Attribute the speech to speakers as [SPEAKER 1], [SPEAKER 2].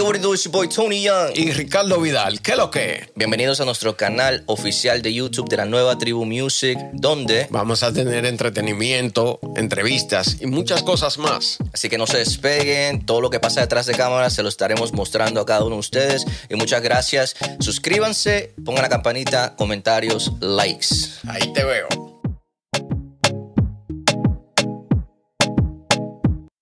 [SPEAKER 1] bordo, it's your boy Tony Young.
[SPEAKER 2] Y Ricardo Vidal, ¿qué es lo que?
[SPEAKER 1] Bienvenidos a nuestro canal oficial de YouTube de la nueva Tribu Music, donde...
[SPEAKER 2] Vamos a tener entretenimiento, entrevistas y muchas cosas más.
[SPEAKER 1] Así que no se despeguen, todo lo que pasa detrás de cámara se lo estaremos mostrando a cada uno de ustedes. Y muchas gracias. Suscríbanse, pongan la campanita, comentarios, likes.
[SPEAKER 2] Ahí te veo.